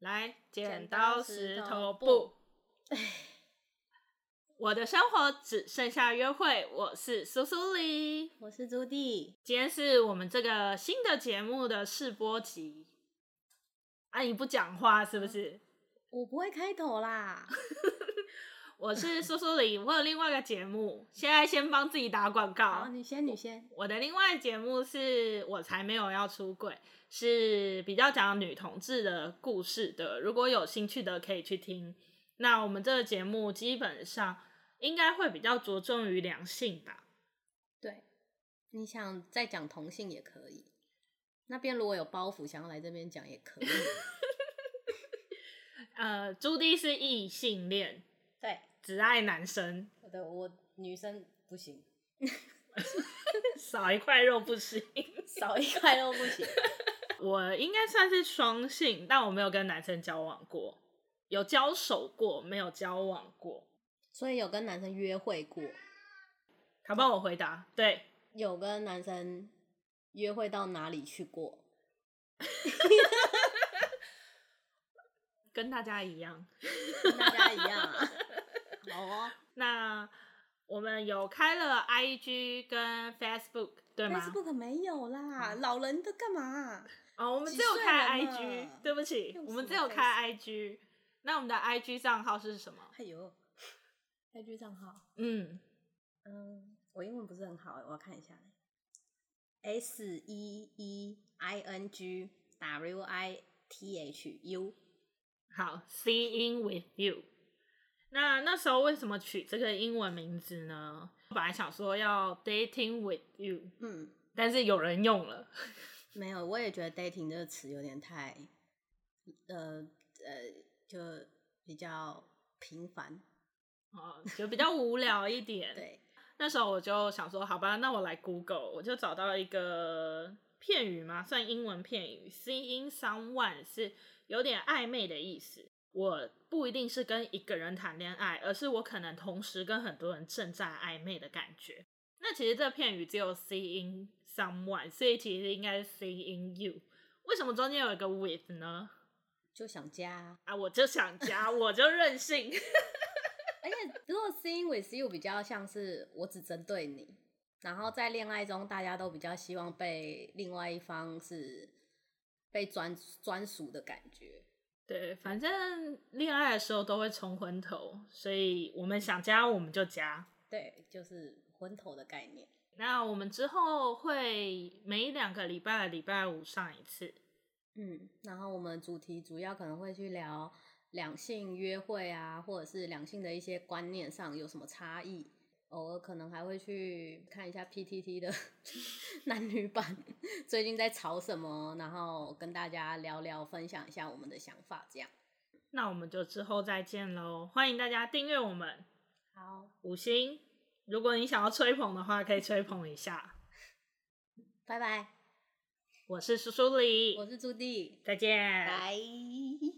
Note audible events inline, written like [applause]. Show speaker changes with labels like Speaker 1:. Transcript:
Speaker 1: 来，剪
Speaker 2: 剪
Speaker 1: 刀
Speaker 2: 刀
Speaker 1: 石
Speaker 2: 石
Speaker 1: 头
Speaker 2: 头
Speaker 1: 布。我的生活只剩下约会，我是苏苏里。
Speaker 2: 我是朱棣，
Speaker 1: 今天是我们这个新的节目的试播集。啊，你不讲话是不
Speaker 2: 嗯
Speaker 1: 是？
Speaker 2: 我不会开头啦。
Speaker 1: 我是苏苏里，我有另外一个节目，现在先帮自己打广告
Speaker 2: 好，。你先，你先。
Speaker 1: 我的另外节目是我才没有要出轨，是比较讲女同志的故事的。如果有兴趣的可以去听。那我们这个节目基本上应该会比较着重于两性吧。
Speaker 2: 对，你想再讲同性也可以。那边如果有包袱，想要来这边讲也可以。
Speaker 1: 呃，朱棣是异性恋，
Speaker 2: [laughs] 对，
Speaker 1: 只爱男生，
Speaker 2: 我的我女生不 [laughs] 行，
Speaker 1: 少一块肉不行。 [laughs]
Speaker 2: 少一块肉不行。
Speaker 1: 我应该算是双性，但我没有跟男生交往过，有交手过，没有交往过。
Speaker 2: [laughs] 所以有跟男生约会过，
Speaker 1: 他帮我回答，对，
Speaker 2: 有跟男生约会到哪里去过？
Speaker 1: 跟大家一样。
Speaker 2: 跟大家一样啊。 [laughs] 好 [laughs] 哦
Speaker 1: 那我们有开了 IG 跟 Facebook 对吗？
Speaker 2: ，Facebook 没有啦，老人都干嘛？
Speaker 1: 哦，我们
Speaker 2: 几
Speaker 1: 只有
Speaker 2: 岁
Speaker 1: 开
Speaker 2: 人
Speaker 1: IG，
Speaker 2: 了
Speaker 1: 对不起
Speaker 2: 用，
Speaker 1: 我们只
Speaker 2: 什么
Speaker 1: 有开 IG。那我们的 IG 账号是什么？
Speaker 2: 哎呦，IG 账号。
Speaker 1: 嗯，
Speaker 2: 嗯，我英文不是很好欸，我要看一下。S 欸 E E I N G W I T H U，
Speaker 1: 好，Seeing with you。那那时候为什么取这个英文名字呢？我本来想说要 Dating with you，
Speaker 2: 嗯，
Speaker 1: 但是有人用了，
Speaker 2: 没有，我也觉得 dating 这个词有点太，呃呃，就比较频繁。
Speaker 1: 哦，就比较无聊一点。
Speaker 2: [laughs] 对，
Speaker 1: 那时候我就想说，好吧，那我来 Google，我就找到一个片语嘛，算英文片语，seeing someone 是有点暧昧的意思。我不一定是跟一个人谈恋爱，而是我可能同时跟很多人正在暧昧的感觉。那其实这片语只有 seeing someone，所以其实应该是 seeing you。为什么中间有一个 with 呢？
Speaker 2: 就想加啊、
Speaker 1: 啊，我就想加，我就任性。
Speaker 2: 而且如果 seeing with you 比较像是我只针对你，然后在恋爱中大家都比较希望被另外一方是被专专属的感觉。
Speaker 1: 对，反正恋爱的时候都会冲昏头，所以我们想加我们就加。
Speaker 2: 对，就是昏头的概念。
Speaker 1: 那我们之后会每两个礼拜的礼拜五上一次，
Speaker 2: 嗯，然后我们主题主要可能会去聊两性约会啊，或者是两性的一些观念上有什么差异，偶尔可能还会去看一下 PTT 的 [laughs] 男女版最近在吵什么，然后跟大家聊聊，分享一下我们的想法，这样。
Speaker 1: 那我们就之后再见喽！欢迎大家订阅我们
Speaker 2: 好，
Speaker 1: 五星，如果你想要吹捧的话，可以吹捧一下。
Speaker 2: 拜拜，
Speaker 1: 我是苏苏里
Speaker 2: 我，是朱棣，
Speaker 1: 再见，
Speaker 2: 拜。